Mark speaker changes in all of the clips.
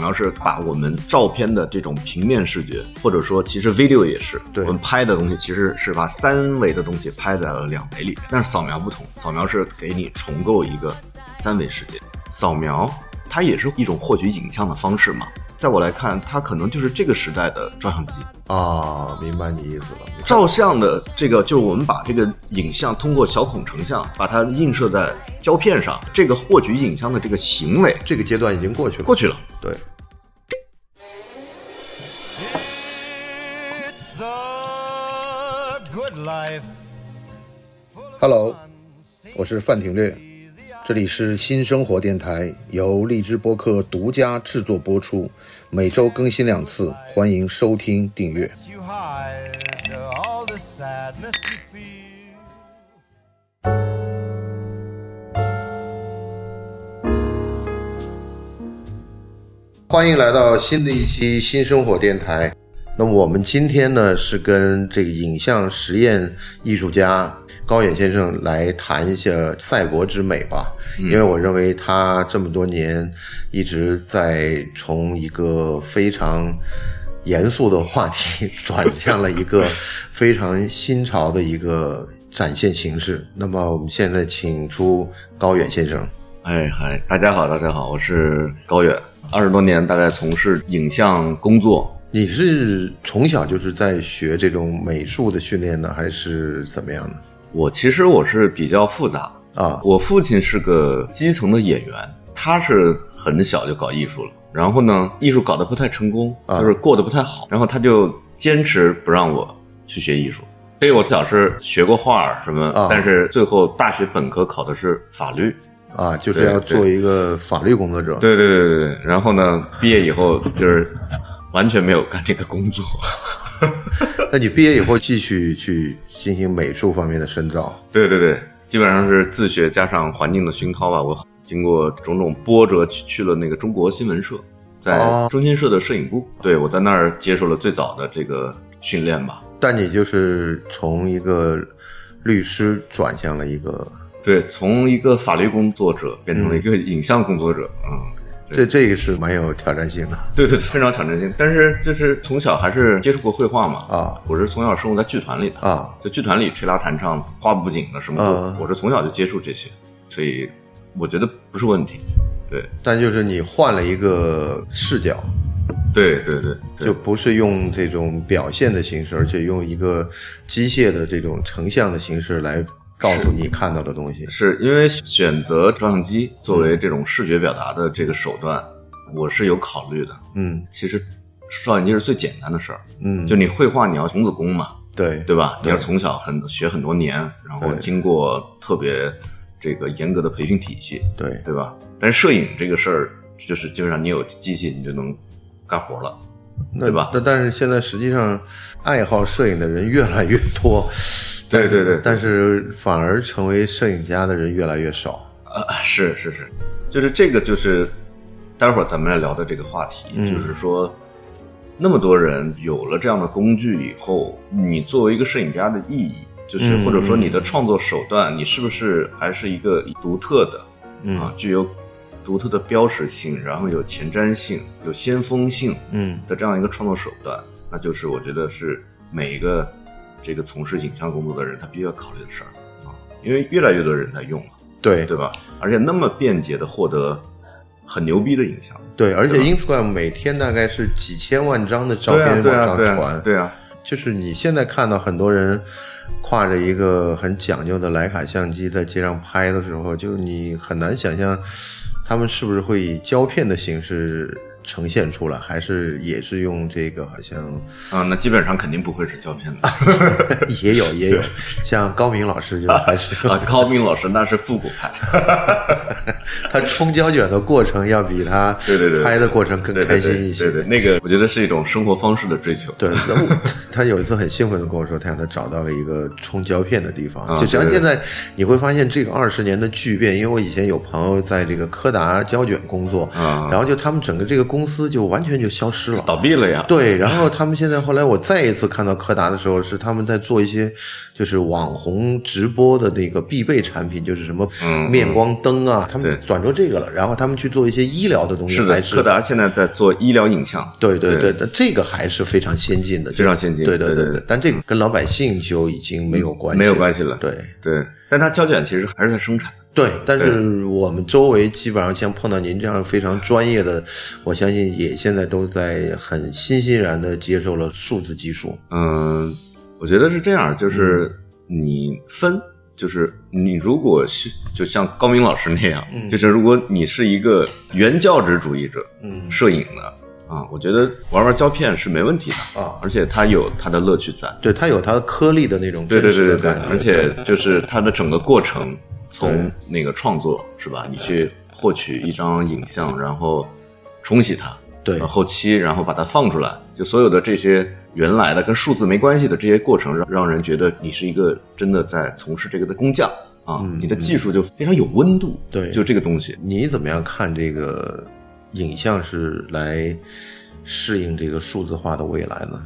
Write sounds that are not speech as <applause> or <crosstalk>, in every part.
Speaker 1: 要是把我们照片的这种平面视觉，或者说其实 video 也是，
Speaker 2: 对
Speaker 1: 我们拍的东西其实是把三维的东西拍在了两维里面，但是扫描不同，扫描是给你重构一个三维世界，扫描它也是一种获取影像的方式嘛。在我来看，它可能就是这个时代的照相机。
Speaker 2: 啊，明白你意思了。
Speaker 1: 照相的这个，就是我们把这个影像通过小孔成像，把它映射在胶片上，这个获取影像的这个行为
Speaker 2: 这个阶段已经过去了，
Speaker 1: 过去了。
Speaker 2: 对，
Speaker 3: It's the good life.
Speaker 2: Hello，我是范廷略，这里是新生活电台，由荔枝播客独家制作播出，每周更新两次，欢迎收听订阅。
Speaker 3: You hide all the sadness you feel.
Speaker 2: 欢迎来到新的一期新生活电台。那么我们今天呢是跟这个影像实验艺术家高远先生来谈一下赛博之美吧，因为我认为他这么多年一直在从一个非常严肃的话题转向了一个 <laughs> 非常新潮的一个展现形式。那么我们现在请出高远先生。
Speaker 1: 哎嗨，大家好，大家好，我是高远，二十多年大概从事影像工作。
Speaker 2: 你是从小就是在学这种美术的训练呢，还是怎么样呢？
Speaker 1: 我其实我是比较复杂，
Speaker 2: 啊，
Speaker 1: 我父亲是个基层的演员，他是很小就搞艺术了，然后呢，艺术搞得不太成功，
Speaker 2: 啊
Speaker 1: 就是过得不太好，然后他就坚持不让我去学艺术。所以我小时候学过画儿什么，
Speaker 2: 啊
Speaker 1: 但是最后大学本科考的是法律。
Speaker 2: 啊，就是要
Speaker 1: 对对
Speaker 2: 做一个法律工作者。
Speaker 1: 对对对对对。然后呢，毕业以后就是完全没有干这个工作。
Speaker 2: 那你毕业以后继续去进行美术方面的深造
Speaker 1: 对对对，基本上是自学加上环境的熏陶吧。我经过种种波折去去了那个中国新闻社，在
Speaker 2: 哦
Speaker 1: 中新社的摄影部，对我在那儿接受了最早的这个训练吧。
Speaker 2: 但你就是从一个律师转向了一个，
Speaker 1: 对，从一个法律工作者变成了一个影像工作者，嗯，
Speaker 2: 这这个是蛮有挑战性的
Speaker 1: 对对对，非常挑战性。但是就是从小还是接触过绘画嘛，
Speaker 2: 啊
Speaker 1: 我是从小生活在剧团里的，
Speaker 2: 啊
Speaker 1: 在剧团里吹拉弹唱、画布景的什么
Speaker 2: 啊
Speaker 1: 的，我是从小就接触这些，所以我觉得不是问题。对
Speaker 2: 但就是你换了一个视角，
Speaker 1: 对对对，对
Speaker 2: 就不是用这种表现的形式，而且用一个机械的这种成像的形式来告诉你看到的东西。
Speaker 1: 是因为选择照相机作为这种视觉表达的这个手段，我是有考虑的。
Speaker 2: 嗯
Speaker 1: 其实照相机是最简单的事儿，
Speaker 2: 嗯，
Speaker 1: 就你绘画，你要童子功嘛，
Speaker 2: 对
Speaker 1: 对吧？你
Speaker 2: 对
Speaker 1: 要从小很学很多年，然后
Speaker 2: 对
Speaker 1: 经过特别这个严格的培训体系，
Speaker 2: 对
Speaker 1: 对吧？但是摄影这个事儿，就是基本上你有机器，你就能干活了。
Speaker 2: 那
Speaker 1: 对吧
Speaker 2: 那但是现在实际上，爱好摄影的人越来越多。
Speaker 1: 对对对
Speaker 2: 但是反而成为摄影家的人越来越少。
Speaker 1: 啊，是是是，就是这个就是待会儿咱们来聊的这个话题，
Speaker 2: 嗯
Speaker 1: 就是说那么多人有了这样的工具以后，你作为一个摄影家的意义，就是
Speaker 2: 嗯
Speaker 1: 或者说你的创作手段，你是不是还是一个独特的
Speaker 2: 嗯、
Speaker 1: 啊，具有独特的标识性，然后有前瞻性、有先锋性
Speaker 2: 嗯，
Speaker 1: 的这样一个创作手段？那就是我觉得是每一个这个从事影像工作的人他必须要考虑的事儿啊，因为越来越多人在用了。
Speaker 2: 对
Speaker 1: 对吧？而且那么便捷的获得很牛逼的影像，
Speaker 2: 对，而且
Speaker 1: 对
Speaker 2: Instagram 每天大概是几千万张的照片往
Speaker 1: 对啊，
Speaker 2: 上
Speaker 1: 对啊，对
Speaker 2: 传
Speaker 1: 啊，，对啊，
Speaker 2: 就是你现在看到很多人挎着一个很讲究的徕卡相机在街上拍的时候，就是你很难想象他们是不是会以胶片的形式呈现出来，还是也是用这个好像 <laughs>
Speaker 1: 啊，那基本上肯定不会是胶片的
Speaker 2: 也有也有， <laughs> 像高明老
Speaker 1: <laughs>
Speaker 2: 师就还是
Speaker 1: 啊。高明老师那是复古派，
Speaker 2: 他冲胶卷的过程要比他
Speaker 1: 对对对
Speaker 2: 拍的过程更
Speaker 1: 对
Speaker 2: 开
Speaker 1: 对
Speaker 2: 心一
Speaker 1: 对
Speaker 2: 些
Speaker 1: 对。对，那个我觉得是一种生活方式的追求。
Speaker 2: 对，那我他有一次很兴奋的跟我说，他他找到了一个冲胶片的地方。
Speaker 1: 啊
Speaker 2: 就实际上
Speaker 1: 对对
Speaker 2: 现在你会发现这个二十年的巨变，因为我以前有朋友在这个柯达胶卷工作，
Speaker 1: 啊
Speaker 2: 然后就他们整个这个公司就完全就消失了。
Speaker 1: 倒闭了呀，
Speaker 2: 对，然后他们现在后来我再一次看到柯达的时候，是他们在做一些就是网红直播的那个必备产品，就是什么
Speaker 1: 嗯
Speaker 2: 面光灯啊，他
Speaker 1: 对
Speaker 2: 们转做这个了，然后他们去做一些医疗的东西，
Speaker 1: 是的
Speaker 2: 还，是
Speaker 1: 柯达现在在做医疗影像，
Speaker 2: 对对
Speaker 1: 对
Speaker 2: 对，那这个还是非常先进的，
Speaker 1: 非常先进
Speaker 2: 对对
Speaker 1: 对对
Speaker 2: 对，但这个跟老百姓就已经没有关系，
Speaker 1: 没有关系了
Speaker 2: 对
Speaker 1: 对，但它胶卷其实还是在生产，
Speaker 2: 对，但是我们周围基本上像碰到您这样非常专业的，我相信也现在都在很欣欣然的接受了数字技术。
Speaker 1: 嗯，我觉得是这样，就是
Speaker 2: 嗯
Speaker 1: 你分，就是你如果是就像高明老师那样，就是如果你是一个原教旨主义者，
Speaker 2: 嗯
Speaker 1: 摄影的啊，我觉得玩玩胶片是没问题的
Speaker 2: 啊
Speaker 1: 而且它有它的乐趣在。
Speaker 2: 对，它有它颗粒的那种
Speaker 1: 对
Speaker 2: 真
Speaker 1: 对
Speaker 2: 实
Speaker 1: 对
Speaker 2: 的
Speaker 1: 对对
Speaker 2: 感觉，，
Speaker 1: 而且就是它的整个过程，从
Speaker 2: 对
Speaker 1: 那个创作是吧？你去获取一张影像，然后冲洗它，
Speaker 2: 对
Speaker 1: 呃后期然后把它放出来，就所有的这些原来的跟数字没关系的这些过程，让让人觉得你是一个真的在从事这个的工匠啊，你的技术就非常有温度。
Speaker 2: 嗯对
Speaker 1: 就这个东西，
Speaker 2: 你怎么样看这个影像是来适应这个数字化的未来呢？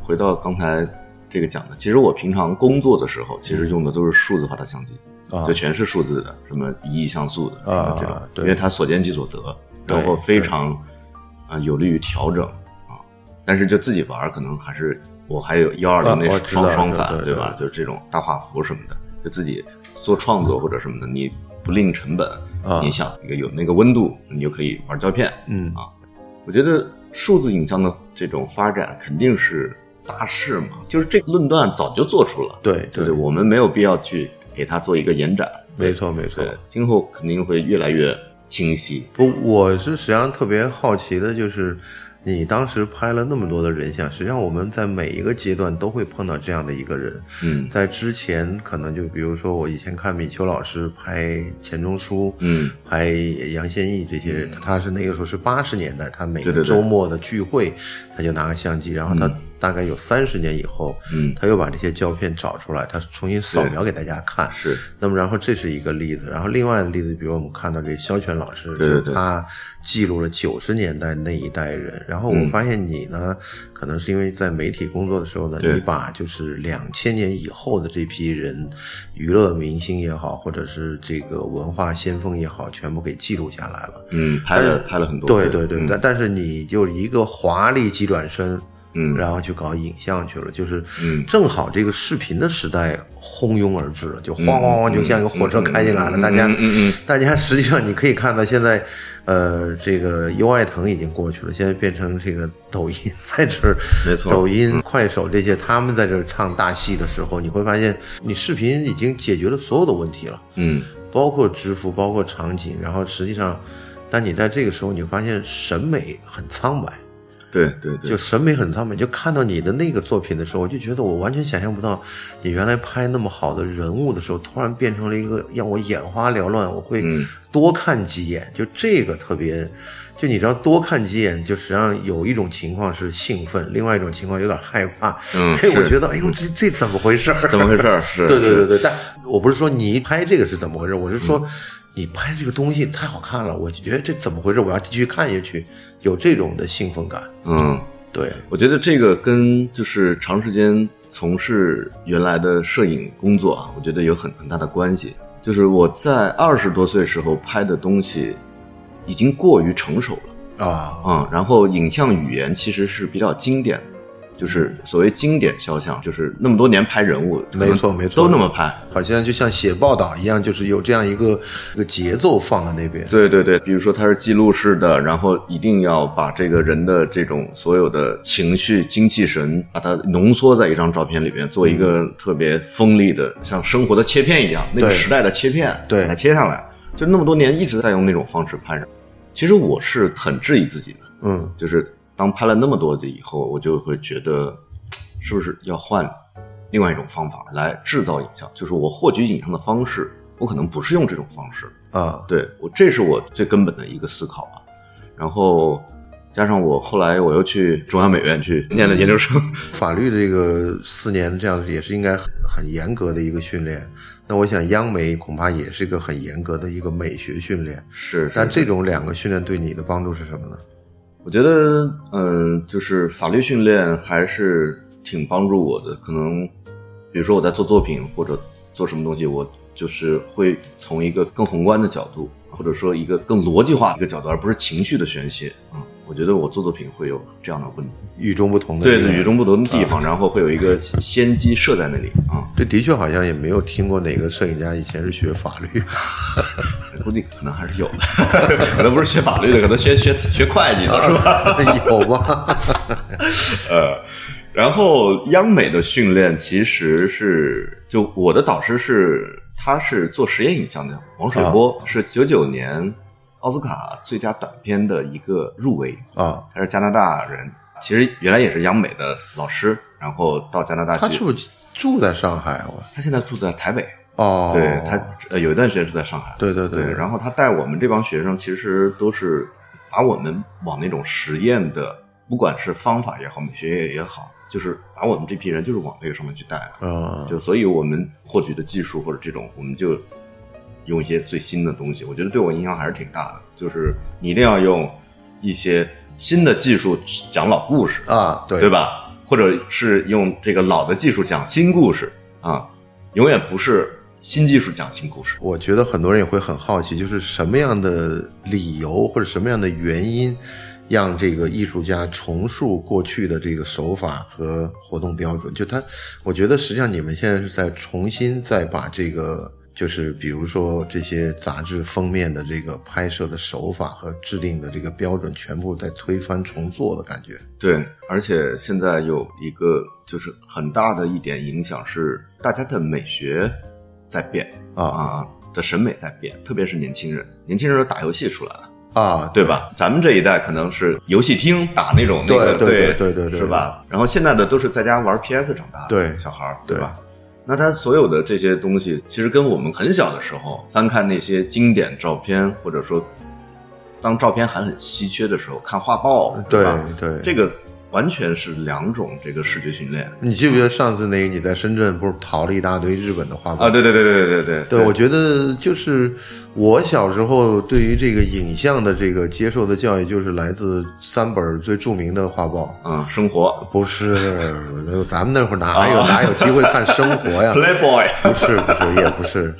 Speaker 1: 回到刚才这个讲的，其实我平常工作的时候，其实用的都是数字化的相机，
Speaker 2: 嗯啊
Speaker 1: 就全是数字的，什么一亿像素的什么
Speaker 2: 啊
Speaker 1: 这种，
Speaker 2: 对
Speaker 1: 因为它所见即所得，
Speaker 2: 对
Speaker 1: 然后非常啊、有利于调整啊。但是就自己玩儿，可能还是我还有幺二零
Speaker 2: 啊
Speaker 1: 那
Speaker 2: 我知道
Speaker 1: 双双反
Speaker 2: 对对
Speaker 1: 吧？就是这种大画幅什么的，就自己做创作或者什么的，你不吝成本，
Speaker 2: 啊
Speaker 1: 你想一个有那个温度，你就可以玩胶片，
Speaker 2: 嗯
Speaker 1: 啊，我觉得数字影像的这种发展肯定是大势嘛，就是这个论断早就做出了，
Speaker 2: 对
Speaker 1: 对对，我们没有必要去给它做一个延展，
Speaker 2: 没错没错
Speaker 1: 对。，今后肯定会越来越清晰。
Speaker 2: 不，我是实际上特别好奇的，就是你当时拍了那么多的人像，实际上我们在每一个阶段都会碰到这样的一个人。
Speaker 1: 嗯
Speaker 2: 在之前，可能就比如说我以前看米秋老师拍钱钟书，
Speaker 1: 嗯，
Speaker 2: 拍杨宪益这些人，他是那个时候是八十年代，他每
Speaker 1: 对对
Speaker 2: 个
Speaker 1: 对
Speaker 2: 周末的聚会，他就拿个相机，然后他
Speaker 1: 嗯
Speaker 2: 大概有三十年以后，
Speaker 1: 嗯
Speaker 2: 他又把这些胶片找出来，他重新扫描给大家看，
Speaker 1: 是
Speaker 2: 那么，然后这是一个例子，然后另外的例子，比如我们看到这肖全老师，
Speaker 1: 对对对
Speaker 2: 就他记录了九十年代那一代人。然后我
Speaker 1: 嗯
Speaker 2: 发现你呢，可能是因为在媒体工作的时候呢，
Speaker 1: 对
Speaker 2: 你把就是两千年以后的这批人，娱乐明星也好，或者是这个文化先锋也好，全部给记录下来了。
Speaker 1: 嗯，拍了拍了很多，
Speaker 2: 对对对，
Speaker 1: 嗯
Speaker 2: 但但是你就一个华丽急转身，
Speaker 1: 嗯
Speaker 2: 然后去搞影像去了，就是
Speaker 1: 嗯
Speaker 2: 正好这个视频的时代蜂拥而至了，就哗哗哗，就像一个火车开进来
Speaker 1: 嗯
Speaker 2: 了。
Speaker 1: 嗯嗯嗯
Speaker 2: 大家
Speaker 1: 嗯嗯嗯，
Speaker 2: 大家实际上你可以看到现在，呃，这个优爱腾已经过去了，现在变成这个抖音在这儿，
Speaker 1: 没错嗯
Speaker 2: 抖音、快手这些他们在这儿唱大戏的时候，你会发现你视频已经解决了所有的问题了。
Speaker 1: 嗯
Speaker 2: 包括支付，包括场景，然后实际上，当你在这个时候，你就发现审美很苍白，
Speaker 1: 对对对，
Speaker 2: 就审美很苍白，就看到你的那个作品的时候，我就觉得我完全想象不到，你原来拍那么好的人物的时候，突然变成了一个让我眼花缭乱，我会
Speaker 1: 嗯
Speaker 2: 多看几眼，就这个特别。就你知道，多看几眼，就实际上有一种情况是兴奋，另外一种情况有点害怕。 <laughs>
Speaker 1: 嗯
Speaker 2: 哎，我
Speaker 1: 是
Speaker 2: 觉得，哎呦，这这怎么回事儿？
Speaker 1: 怎么回事儿？是，
Speaker 2: <laughs> 对对对对，但我不是说你拍这个是怎么回事，我是
Speaker 1: 嗯
Speaker 2: 说你拍这个东西太好看了，我就觉得这怎么回事，我要继续看下去，有这种的兴奋感。
Speaker 1: 嗯。
Speaker 2: 对，
Speaker 1: 我觉得这个跟就是长时间从事原来的摄影工作啊，我觉得有很很大的关系。就是我在二十多岁时候拍的东西，已经过于成熟了
Speaker 2: 啊，
Speaker 1: 啊、然后影像语言其实是比较经典的，就是所谓经典肖像，就是那么多年拍人物，
Speaker 2: 没错
Speaker 1: 可能
Speaker 2: 没错
Speaker 1: 都那么拍。
Speaker 2: 好像就像写报道一样，就是有这样一个一个节奏放在那边。
Speaker 1: 对对对，比如说它是记录式的，然后一定要把这个人的这种所有的情绪、精气神，把它浓缩在一张照片里边，做一个特别锋利的，像生活的切片一样，那个
Speaker 2: 嗯对
Speaker 1: 时代的切片，
Speaker 2: 对
Speaker 1: 把它切下来，就那么多年一直在用那种方式拍。其实我是很质疑自己的，
Speaker 2: 嗯，
Speaker 1: 就是当拍了那么多的以后，我就会觉得，是不是要换另外一种方法来制造影像？就是我获取影像的方式，我可能不是用这种方式。
Speaker 2: 啊，
Speaker 1: 对我，这是我最根本的一个思考吧。然后加上我后来我又去中央美院去念了研究生，
Speaker 2: 法律这个四年这样也是应该很很严格的一个训练。那我想央媒恐怕也是一个很严格的一个美学训练。
Speaker 1: <laughs> 是
Speaker 2: 但这种两个训练对你的帮助是什么呢？
Speaker 1: 我觉得，嗯、就是法律训练还是挺帮助我的。可能比如说我在做作品或者做什么东西，我就是会从一个更宏观的角度或者说一个更逻辑化的一个角度，而不是情绪的宣泄。嗯，我觉得我做作品会有这样的问题，
Speaker 2: 与众不同的
Speaker 1: 对
Speaker 2: 地方
Speaker 1: 对，与众不同的地方，然后会有一个先机设在那里啊、
Speaker 2: 这的确好像也没有听过哪个摄影家以前是学法律的，
Speaker 1: 估计可能还是有的， <laughs> 可能不是学法律的，可能学学学会计的是
Speaker 2: 啊
Speaker 1: 吧？
Speaker 2: <laughs> 有吗？
Speaker 1: 呃， <laughs> 然后央美的训练其实是，就我的导师是，他是做实验影像的，王水波、
Speaker 2: 啊
Speaker 1: 是九九年奥斯卡最佳短片的一个入围，
Speaker 2: 啊，
Speaker 1: 他是加拿大人，其实原来也是央美的老师，然后到加拿大去，
Speaker 2: 他是不是住在上海？我
Speaker 1: 他现在住在台北，
Speaker 2: 哦，
Speaker 1: 对他呃有一段时间是在上海，
Speaker 2: 对对对
Speaker 1: 对，然后他带我们这帮学生，其实都是把我们往那种实验的，不管是方法也好，美学也好，就是把我们这批人就是往这个上面去带的。
Speaker 2: 嗯，
Speaker 1: 就所以我们获取的技术或者这种，我们就用一些最新的东西。我觉得对我影响还是挺大的，就是你一定要用一些新的技术讲老故事，
Speaker 2: 啊，对
Speaker 1: 对？吧？或者是用这个老的技术讲新故事啊，永远不是新技术讲新故事。
Speaker 2: 我觉得很多人也会很好奇，就是什么样的理由或者什么样的原因，让这个艺术家重塑过去的这个手法和活动标准？就他，我觉得实际上你们现在是在重新再把这个，就是比如说这些杂志封面的这个拍摄的手法和制定的这个标准，全部在推翻重做的感觉。
Speaker 1: 对，而且现在有一个就是很大的一点影响是，大家的美学在变
Speaker 2: 啊
Speaker 1: 啊，的审美在变，特别是年轻人，年轻人都打游戏出来了，
Speaker 2: 啊，
Speaker 1: 对吧？咱们这一代可能是游戏厅打那种那
Speaker 2: 对
Speaker 1: 个，
Speaker 2: 对
Speaker 1: 对
Speaker 2: 对对对对
Speaker 1: 是吧？然后现在的都是在家玩 PS 长大的
Speaker 2: 对
Speaker 1: 小孩儿，
Speaker 2: 对
Speaker 1: 吧？那他所有的这些东西，其实跟我们很小的时候翻看那些经典照片，或者说当照片还很稀缺的时候看画报，
Speaker 2: 对
Speaker 1: 吧？
Speaker 2: 对，
Speaker 1: 啊这个完全是两种这个视觉训练
Speaker 2: 你记不记得上次那个你在深圳不是淘了一大堆日本的画布
Speaker 1: 啊！对对对对对对
Speaker 2: 对，我觉得就是我小时候对于这个影像的这个接受的教育，就是来自三本最著名的画报。
Speaker 1: 嗯，生活
Speaker 2: 不是，咱们那会儿哪有、哪有机会看生活呀？
Speaker 1: 啊 <laughs> Playboy
Speaker 2: 不是不是，也不是，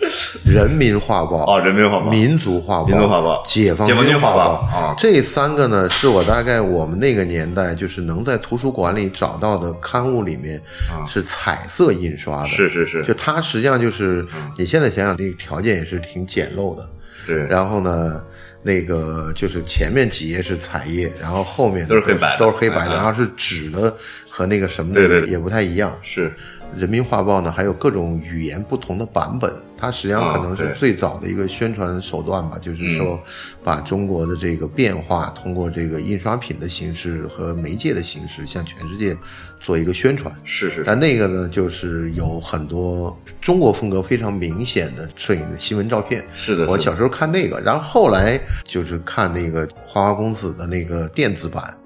Speaker 2: 人民画报
Speaker 1: 哦，人民画报，
Speaker 2: 民族画报、
Speaker 1: 民族画报
Speaker 2: 解放
Speaker 1: 解放军画
Speaker 2: 画
Speaker 1: 报啊
Speaker 2: 这三个呢，是我大概我们那个年代就是能在图书馆里找到的刊物里面是彩色印刷的，
Speaker 1: 啊是是是，
Speaker 2: 啊
Speaker 1: 嗯
Speaker 2: 就它实际上就是你现在想想，这个条件也是挺简陋的。
Speaker 1: 对，
Speaker 2: 然后呢，那个就是前面几页是彩页，然后后面
Speaker 1: 都是黑白的
Speaker 2: 都是黑白的，
Speaker 1: 嗯嗯
Speaker 2: 然后是纸的和那个什么的
Speaker 1: 对
Speaker 2: 也
Speaker 1: 对
Speaker 2: 也不太一样。
Speaker 1: 是
Speaker 2: 人民画报呢，还有各种语言不同的版本，它实际上可能
Speaker 1: 啊
Speaker 2: 是
Speaker 1: 对嗯
Speaker 2: 最早的一个宣传手段吧，就是说把中国的这个变化通过这个印刷品的形式和媒介的形式向全世界做一个宣传。
Speaker 1: 是是，
Speaker 2: 但那个呢，就是有很多中国风格非常明显的摄影的新闻照片。
Speaker 1: 是的，是的
Speaker 2: 我小时候看那个，然后后来就是看那个花花公子的那个电子版。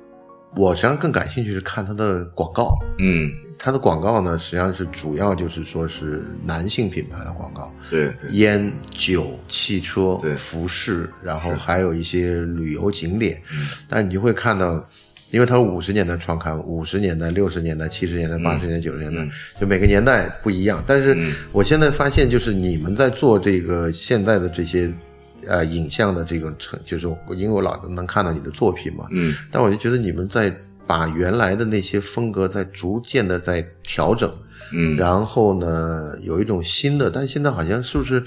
Speaker 2: 我实际上更感兴趣是看他的广告，
Speaker 1: 嗯，
Speaker 2: 他的广告呢，实际上是主要就是说是男性品牌的广告，
Speaker 1: 对对
Speaker 2: 烟酒、汽车
Speaker 1: 对、
Speaker 2: 服饰，然后
Speaker 1: 是
Speaker 2: 还有一些旅游景点
Speaker 1: 嗯。
Speaker 2: 但你就会看到，因为它是五十年代创刊，五十年代、六十年代、七十年代、八十年代、九十年代
Speaker 1: 嗯，
Speaker 2: 就每个年代不一样。但是
Speaker 1: 嗯
Speaker 2: 我现在发现，就是你们在做这个现在的这些。呃，影像的这种成，就是我因为我老能看到你的作品嘛，
Speaker 1: 嗯，
Speaker 2: 但我就觉得你们在把原来的那些风格在逐渐的在调整，
Speaker 1: 嗯，
Speaker 2: 然后呢，有一种新的，但现在好像是不是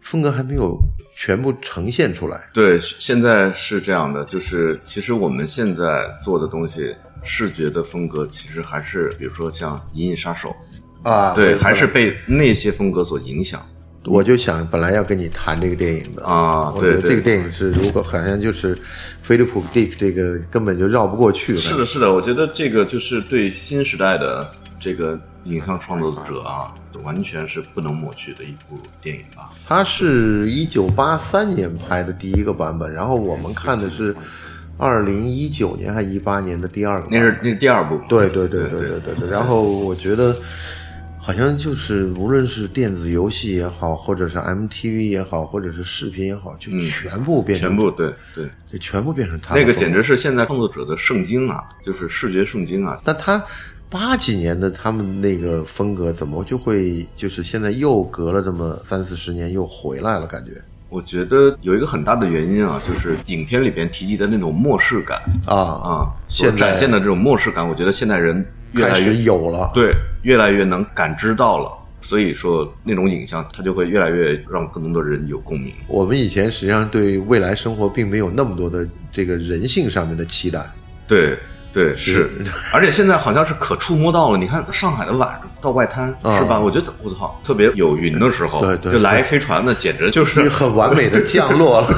Speaker 2: 风格还没有全部呈现出来？
Speaker 1: 对，现在是这样的，就是其实我们现在做的东西，视觉的风格其实还是，比如说像《银翼杀手》，
Speaker 2: 啊
Speaker 1: 对，还是被那些风格所影响
Speaker 2: 我就想本来要跟你谈这个电影的。
Speaker 1: 啊，
Speaker 2: 我觉
Speaker 1: 对
Speaker 2: 得
Speaker 1: 对，
Speaker 2: 这个电影是，如果好像就是菲利普·迪克这个根本就绕不过去了。
Speaker 1: 是的，是的，我觉得这个就是对新时代的这个影像创作者啊，完全是不能抹去的一部电影啊吧。
Speaker 2: 它是一九八三年拍的第一个版本，然后我们看的是二零一九年还一八年的第二个版
Speaker 1: 那
Speaker 2: 本。
Speaker 1: 是那是第二部嘛，
Speaker 2: 对对对
Speaker 1: 对
Speaker 2: 对对对对。然后我觉得，好像就是无论是电子游戏也好，或者是 MTV 也好，或者是视频也好，就
Speaker 1: 嗯
Speaker 2: 全部变成、
Speaker 1: 全部对对，
Speaker 2: 就全部变成他的
Speaker 1: 那个
Speaker 2: 风格
Speaker 1: 简直是现在创作者的圣经啊，就是视觉圣经啊。
Speaker 2: 那他八几年的他们那个风格怎么就会就是现在又隔了这么三四十年又回来了？感觉
Speaker 1: 我觉得有一个很大的原因啊，就是影片里边提及的那种漠视感
Speaker 2: 啊
Speaker 1: 啊，所
Speaker 2: 现在
Speaker 1: 展现的这种漠视感，我觉得现代人越
Speaker 2: 开
Speaker 1: 来
Speaker 2: 始
Speaker 1: 越
Speaker 2: 有了，
Speaker 1: 对，越来越能感知到了。所以说，那种影像它就会越来越让更多的人有共鸣。
Speaker 2: 我们以前实际上对未来生活并没有那么多的这个人性上面的期待。
Speaker 1: 对对是，
Speaker 2: <laughs>
Speaker 1: 而且现在好像是可触摸到了。你看上海的晚上到外滩、
Speaker 2: 啊
Speaker 1: 是吧？我觉得我操，特别有云的时候，
Speaker 2: 对对
Speaker 1: 就
Speaker 2: 对
Speaker 1: 来一飞船呢，简直就是
Speaker 2: 是很完美的降落了，
Speaker 1: <laughs>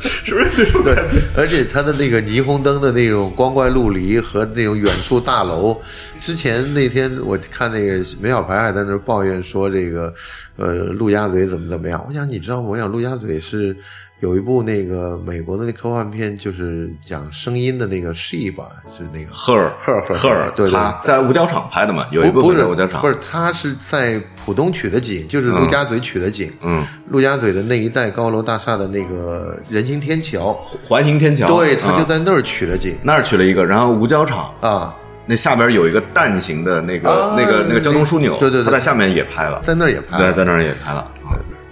Speaker 1: 是不是那种
Speaker 2: 对
Speaker 1: 感觉？，
Speaker 2: 而且它的那个霓虹灯的那种光怪陆离和那种远处大楼，之前那天我看那个梅小排还在那儿抱怨说这个，呃，陆家嘴怎么怎么样？我想你知道吗？我想陆家嘴是有一部那个美国的那科幻片，就是讲声音的那个 she 吧，是那个
Speaker 1: 赫尔
Speaker 2: 赫尔赫尔
Speaker 1: 赫尔，
Speaker 2: 对对
Speaker 1: 他在五角场拍的嘛，有一
Speaker 2: 不
Speaker 1: 部
Speaker 2: 不
Speaker 1: 分
Speaker 2: 是
Speaker 1: 在五角场
Speaker 2: 不，是，它是在浦东取的景，就是陆家嘴取的景。
Speaker 1: 嗯，
Speaker 2: 陆家嘴的那一带高楼大厦的那个人行天桥，
Speaker 1: 环形天桥，
Speaker 2: 对，他
Speaker 1: 嗯
Speaker 2: 就在那儿取的景
Speaker 1: 那儿取了一个，然后五角场
Speaker 2: 啊，
Speaker 1: 那下边有一个蛋形的那个、
Speaker 2: 啊
Speaker 1: 那个那个交通枢纽，
Speaker 2: 那对对对
Speaker 1: 他在下面也拍了，
Speaker 2: 在那儿也拍
Speaker 1: 对，在
Speaker 2: 了。
Speaker 1: 那儿也拍了。啊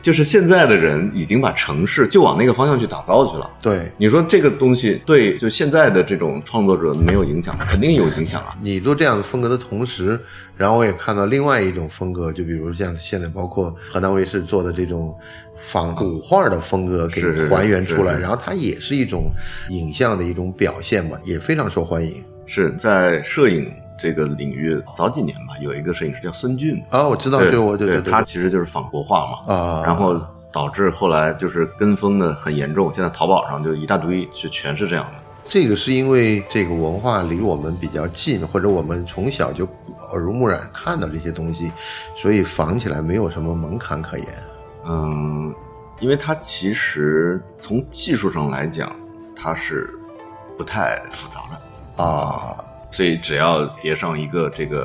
Speaker 1: 就是现在的人已经把城市就往那个方向去打造去了。
Speaker 2: 对，
Speaker 1: 你说这个东西对就现在的这种创作者没有影响吗？肯定有影响啊。
Speaker 2: 你做这样的风格的同时，然后我也看到另外一种风格，就比如像现在包括河南卫视做的这种仿古画的风格给
Speaker 1: 嗯是是是
Speaker 2: 还原出来，
Speaker 1: 是是
Speaker 2: 然后它也是一种影像的一种表现嘛，也非常受欢迎。
Speaker 1: 是在摄影这个领域，早几年吧，有一个摄影师叫孙俊，
Speaker 2: 啊，我知道，对，我对
Speaker 1: 对
Speaker 2: 对，
Speaker 1: 他其实就是仿国画嘛。
Speaker 2: 啊，
Speaker 1: 然后导致后来就是跟风的很严重，现在淘宝上就一大堆，是全是这样的。
Speaker 2: 这个是因为这个文化离我们比较近，或者我们从小就耳濡目染看到这些东西，所以仿起来没有什么门槛可言。
Speaker 1: 嗯，因为它其实从技术上来讲，它是不太复杂的，
Speaker 2: 啊，
Speaker 1: 所以只要叠上一个这个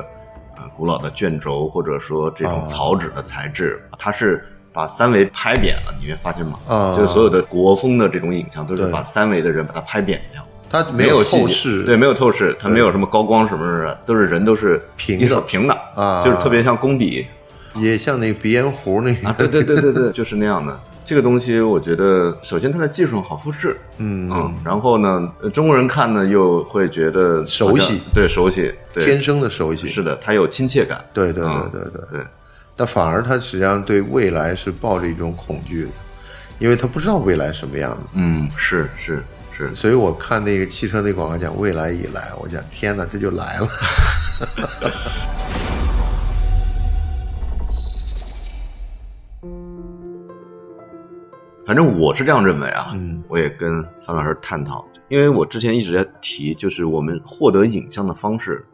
Speaker 1: 呃古老的卷轴，或者说这
Speaker 2: 啊
Speaker 1: 种草纸的材质，它是。把三维拍扁了，你会发现吗？
Speaker 2: 啊
Speaker 1: 就是所有的国风的这种影像，都是
Speaker 2: 对
Speaker 1: 把三维的人把它拍扁掉。
Speaker 2: 它
Speaker 1: 没
Speaker 2: 有
Speaker 1: 细
Speaker 2: 透
Speaker 1: 节
Speaker 2: 视，
Speaker 1: 对，没有透视，它
Speaker 2: 对
Speaker 1: 没有什么高光什么什么的，都是人都是
Speaker 2: 平的
Speaker 1: 一手平的
Speaker 2: 啊
Speaker 1: 就是特别像工笔
Speaker 2: <laughs> 也像那个鼻烟壶那个，
Speaker 1: 啊，对对对对对，就是那样的。这个东西我觉得，首先它的技术上好复制，
Speaker 2: 嗯，
Speaker 1: 嗯，然后呢，呃中国人看呢又会觉得
Speaker 2: 熟悉
Speaker 1: 好像对，熟悉，
Speaker 2: 天
Speaker 1: 对，
Speaker 2: 生的熟悉，
Speaker 1: 是的，它有亲切感，
Speaker 2: 对对对
Speaker 1: 嗯
Speaker 2: 对对。
Speaker 1: 对，
Speaker 2: 但反而他实际上对未来是抱着一种恐惧的，因为他不知道未来什么样子。
Speaker 1: 嗯，是是是，
Speaker 2: 所以我看那个汽车那广告讲未来已来，我讲天哪，这就来了。
Speaker 1: 反正我是这样认为啊，
Speaker 2: 嗯
Speaker 1: 我也跟范老师探讨，因为我之前一直在提，就是我们获得影像的方式，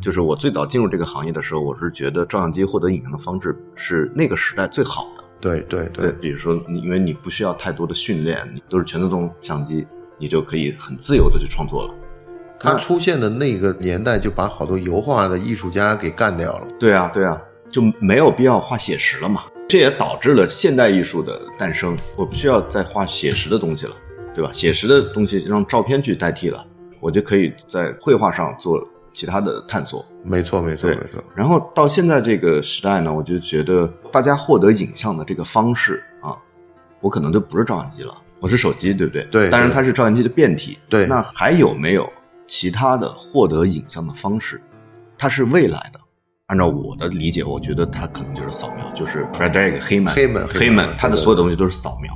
Speaker 1: 就是我最早进入这个行业的时候，我是觉得照相机获得影像的方式是那个时代最好的。
Speaker 2: 对对
Speaker 1: 对，
Speaker 2: 对
Speaker 1: 比如说你，因为你不需要太多的训练，你都是全自动相机，你就可以很自由的去创作了。
Speaker 2: 他出现的那个年代，就把好多油画的艺术家给干掉了。
Speaker 1: 对啊，对啊，就没有必要画写实了嘛。这也导致了现代艺术的诞生。我不需要再画写实的东西了，对吧？写实的东西让照片去代替了，我就可以在绘画上做其他的探索。
Speaker 2: 没错，没错，
Speaker 1: 对
Speaker 2: 没错。
Speaker 1: 然后到现在这个时代呢，我就觉得大家获得影像的这个方式啊，我可能就不是照相机了，我是手机，对不对？
Speaker 2: 对
Speaker 1: 当然
Speaker 2: 对
Speaker 1: 它是照相机的变体。
Speaker 2: 对
Speaker 1: 那还有没有其他的获得影像的方式？它是未来的。按照我的理解，我觉得它可能就是扫描，就是 Frederick Heyman
Speaker 2: 黑门黑
Speaker 1: 黑
Speaker 2: 门
Speaker 1: 门，他的所有的东西都是扫描。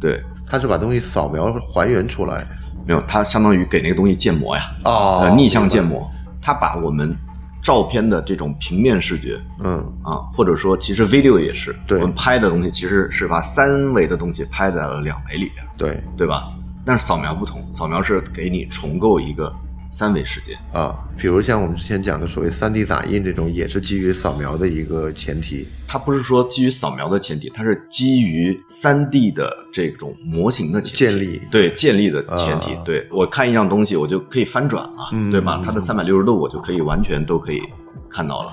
Speaker 1: 对，
Speaker 2: 他是把东西扫描还原出来。
Speaker 1: 没有，它相当于给那个东西建模呀，
Speaker 2: 哦
Speaker 1: 呃，逆向建模，它把我们照片的这种平面视觉，
Speaker 2: 嗯，
Speaker 1: 啊，或者说其实 video 也是，
Speaker 2: 对
Speaker 1: 我们拍的东西其实是把三维的东西拍在了两维里边，
Speaker 2: 对
Speaker 1: 对吧？但是扫描不同，扫描是给你重构一个三维世界，
Speaker 2: 啊，比如像我们之前讲的所谓三 D 打印这种，也是基于扫描的一个前提。
Speaker 1: 它不是说基于扫描的前提，它是基于三 D 的这种模型的前提
Speaker 2: 建立
Speaker 1: 对建立的前提。
Speaker 2: 啊
Speaker 1: 对我看一样东西，我就可以翻转了，
Speaker 2: 嗯
Speaker 1: 对吧？它的三百六十度我就可以完全都可以看到了。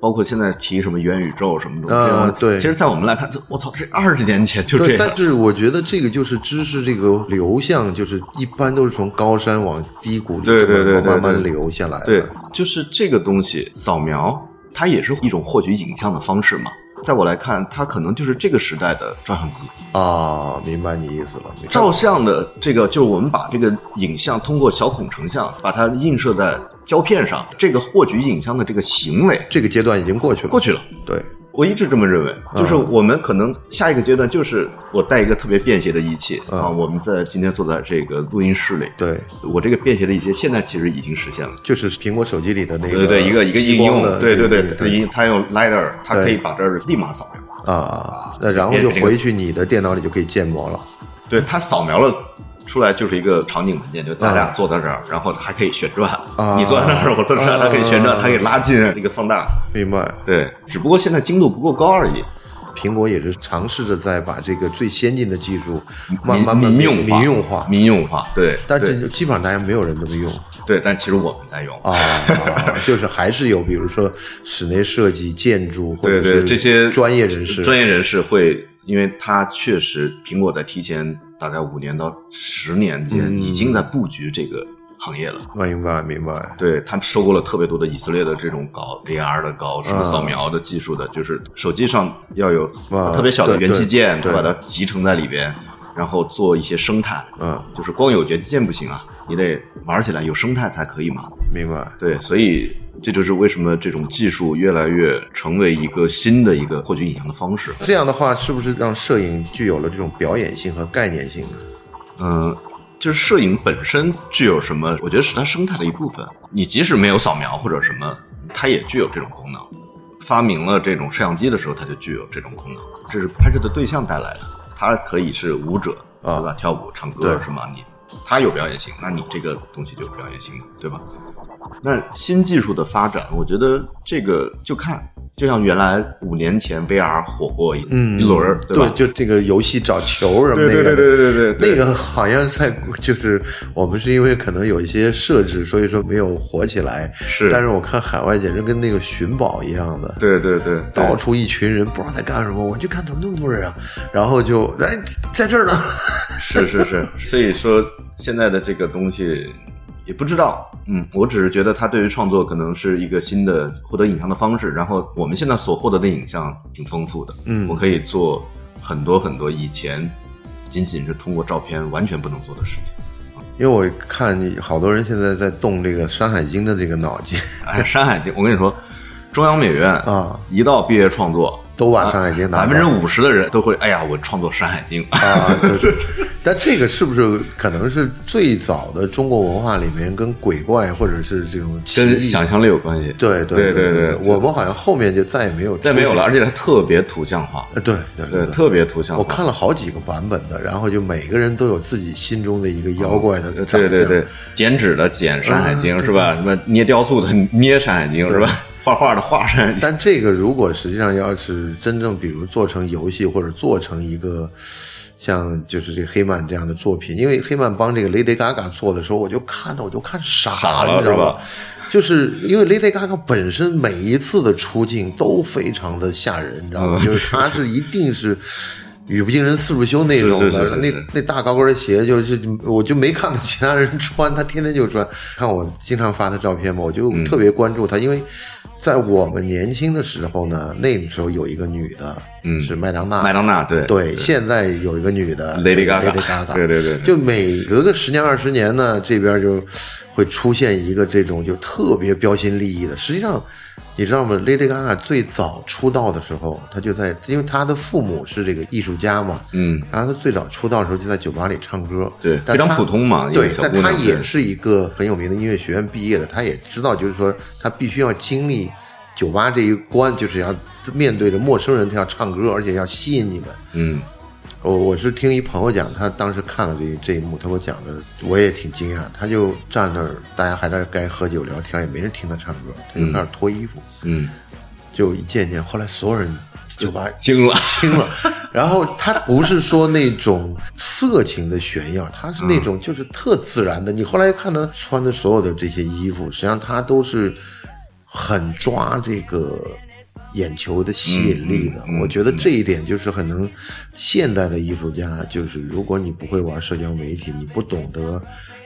Speaker 1: 包括现在提什么元宇宙什么东西，
Speaker 2: 啊
Speaker 1: 这种
Speaker 2: 对
Speaker 1: 其实，在我们来看，这我操，这二十年前就这
Speaker 2: 对，
Speaker 1: 样。
Speaker 2: 但是我觉得这个就是知识这个流向，就是一般都是从高山往低谷里
Speaker 1: 对对对对对
Speaker 2: 慢慢流下来的。
Speaker 1: 对，就是这个东西，扫描它也是一种获取影像的方式嘛。在我来看，它可能就是这个时代的照相机。
Speaker 2: 啊，明白你意思了。
Speaker 1: 照相的这个，就是我们把这个影像通过小孔成像，把它映射在胶片上，这个获取影像的这个行为
Speaker 2: 这个阶段已经过去了，
Speaker 1: 过去了。
Speaker 2: 对，
Speaker 1: 我一直这么认为，就是我们可能下一个阶段就是我带一个特别便携的仪器、啊，我们在今天坐在这个录音室里，
Speaker 2: 对，
Speaker 1: 我这个便携的仪器现在其实已经实现了。
Speaker 2: 就是苹果手机里的那个
Speaker 1: 对对，一个一个
Speaker 2: 激
Speaker 1: 应
Speaker 2: 光
Speaker 1: 用
Speaker 2: 的，
Speaker 1: 对
Speaker 2: 那个
Speaker 1: 对
Speaker 2: 那个
Speaker 1: 对，它用 LiDAR，它
Speaker 2: 对
Speaker 1: 可以把这儿立马扫描，
Speaker 2: 啊，那然后就
Speaker 1: 变成一个
Speaker 2: 回去你的电脑里就可以建模了。
Speaker 1: 对，它扫描了出来就是一个场景文件，就咱俩
Speaker 2: 啊
Speaker 1: 坐在这儿，然后它还可以旋转，
Speaker 2: 啊
Speaker 1: 你坐在那儿，我坐在这儿，它可以旋转，
Speaker 2: 啊
Speaker 1: 它可以拉近这个放大，
Speaker 2: 明白，
Speaker 1: 对，只不过现在精度不够高而已。
Speaker 2: 苹果也是尝试着在把这个最先进的技术慢
Speaker 1: 民
Speaker 2: 慢慢
Speaker 1: 民用化
Speaker 2: 民用化，
Speaker 1: 民用化，对，
Speaker 2: 但
Speaker 1: 对
Speaker 2: 是基本上大家没有人这么用
Speaker 1: 对，但其实我们在用。
Speaker 2: 啊， <laughs> 啊就是还是有，比如说室内设计、建筑或
Speaker 1: 对
Speaker 2: 者
Speaker 1: 对，
Speaker 2: 是
Speaker 1: 这些
Speaker 2: 专业人士
Speaker 1: 专业人士会，因为它确实苹果在提前大概五年到十年
Speaker 2: 嗯
Speaker 1: 间已经在布局这个行业了。
Speaker 2: 明白明白，
Speaker 1: 对，他们收购了特别多的以色列的这种搞 AR 的、搞什么扫描的技术的，就是手机上要有
Speaker 2: 啊
Speaker 1: 特别小的
Speaker 2: 对
Speaker 1: 元器件，
Speaker 2: 对
Speaker 1: 它把它集成在里边，然后做一些生态。
Speaker 2: 嗯，
Speaker 1: 就是光有元器件不行啊，你得玩起来有生态才可以嘛。
Speaker 2: 明白。
Speaker 1: 对，所以这就是为什么这种技术越来越成为一个新的一个获取影像的方式。
Speaker 2: 这样的话，是不是让摄影具有了这种表演性和概念性呢？
Speaker 1: 嗯，就是摄影本身具有什么？我觉得是它生态的一部分。你即使没有扫描或者什么，它也具有这种功能。发明了这种摄像机的时候，它就具有这种功能。这是拍摄的对象带来的，它可以是舞者
Speaker 2: 啊
Speaker 1: 对吧？跳舞、唱歌
Speaker 2: 对
Speaker 1: 是吗？你它有表演性，那你这个东西就有表演性了，对吧？那新技术的发展，我觉得这个就看，就像原来五年前 VR 火过一一轮儿，
Speaker 2: 嗯对
Speaker 1: 吧？
Speaker 2: 就这个游戏找球什么那
Speaker 1: 对对
Speaker 2: 个
Speaker 1: 对
Speaker 2: 的
Speaker 1: 对对对对，
Speaker 2: 那个好像在就是我们是因为可能有一些设置，所以说没有火起来。
Speaker 1: 是
Speaker 2: 但是我看海外简直跟那个寻宝一样的，
Speaker 1: 对对对，对
Speaker 2: 到处一群人不知道在干什么，我就看怎么那么多人啊，然后就哎在这儿呢， <laughs>
Speaker 1: 是是是，所以说现在的这个东西也不知道，嗯，我只是觉得它对于创作可能是一个新的获得影像的方式。然后我们现在所获得的影像挺丰富的，
Speaker 2: 嗯
Speaker 1: 我可以做很多很多以前仅仅是通过照片完全不能做的事情。
Speaker 2: 因为我看好多人现在在动这个《山海经》的这个脑筋
Speaker 1: 哎，《山海经》，我跟你说，中央美院
Speaker 2: 啊，
Speaker 1: 一到毕业创作。
Speaker 2: 都把《山海经》
Speaker 1: 百
Speaker 2: 拿出
Speaker 1: 分
Speaker 2: 来
Speaker 1: 之五十的人都会，哎呀，我创作《山海
Speaker 2: <laughs>
Speaker 1: 经》 <laughs>
Speaker 2: 啊，对对但这个是不是可能是最早的中国文化里面跟鬼怪或者是这种奇
Speaker 1: 跟
Speaker 2: 异
Speaker 1: 想象力有关系。
Speaker 2: 对
Speaker 1: 对
Speaker 2: 对
Speaker 1: 对
Speaker 2: 我们好像后面就再也没有
Speaker 1: 再没有了，
Speaker 2: 出
Speaker 1: 而且它特别图像化。
Speaker 2: 现。呃，对对
Speaker 1: 对，
Speaker 2: 对，
Speaker 1: 特别图像化。
Speaker 2: 我看了好几个版本的，然后就每个人都有自己心中的一个妖怪的
Speaker 1: 呃对
Speaker 2: 长相。
Speaker 1: 对对，剪纸的剪《山海经
Speaker 2: 啊》
Speaker 1: 是吧？什么捏雕塑的捏《山海经》是吧？画画的画《山海经》。
Speaker 2: 但这个如果实际上要是真正，比如做成游戏或者做成一个像就是这黑曼这样的作品，因为黑曼帮这个 Lady Gaga 做的时候，我就看的我就看傻
Speaker 1: 傻了
Speaker 2: 你知道
Speaker 1: 是吧
Speaker 2: 吧？就是因为 Lady Gaga 本身每一次的出镜都非常的吓人，你知道
Speaker 1: 嗯
Speaker 2: 吗？就是她是一定是。语不惊人死不休那种
Speaker 1: 是
Speaker 2: 的，
Speaker 1: 是是是
Speaker 2: 那那大高跟鞋就是我就没看到其他人穿，他天天就穿。看我经常发他照片嘛，我就
Speaker 1: 嗯
Speaker 2: 特别关注他，因为在我们年轻的时候呢，那个时候有一个女的，嗯，是麦当娜，
Speaker 1: 麦当娜对
Speaker 2: 对，现在有一个女的
Speaker 1: Lady
Speaker 2: 就是
Speaker 1: Gaga
Speaker 2: Lady Gaga，
Speaker 1: 对对对对
Speaker 2: 就每隔个十年二十年呢，这边就会出现一个这种就特别标新立异的。实际上，你知道吗？Lady Gaga 最早出道的时候，她就在，因为她的父母是这个艺术家嘛，
Speaker 1: 嗯，
Speaker 2: 然后她最早出道的时候就在酒吧里唱歌，
Speaker 1: 对
Speaker 2: 但
Speaker 1: 非常
Speaker 2: 她
Speaker 1: 普通嘛一个
Speaker 2: 对，
Speaker 1: 小
Speaker 2: 但
Speaker 1: 姑
Speaker 2: 她
Speaker 1: 娘
Speaker 2: 也
Speaker 1: 对
Speaker 2: 是一个很有名的音乐学院毕业的，她也知道，就是说她必须要经历。酒吧这一关就是要面对着陌生人，她要唱歌，而且要吸引你们。
Speaker 1: 嗯，
Speaker 2: 我哦我是听一朋友讲，他当时看了这这一幕，他给我讲的，我也挺惊讶。他就站那儿，大家还在那儿该喝酒聊天，也没人听他唱歌，他就开始脱衣服，
Speaker 1: 嗯，
Speaker 2: 就一件件。后来所有人酒吧
Speaker 1: 惊了，
Speaker 2: 惊了。然后他不是说那种色情的炫耀，他是那种就是特自然的。你后来看他穿的所有的这些衣服，实际上他都是很抓这个眼球的吸引力的。我觉得这一点就是可能现代的艺术家，就是如果你不会玩社交媒体，你不懂得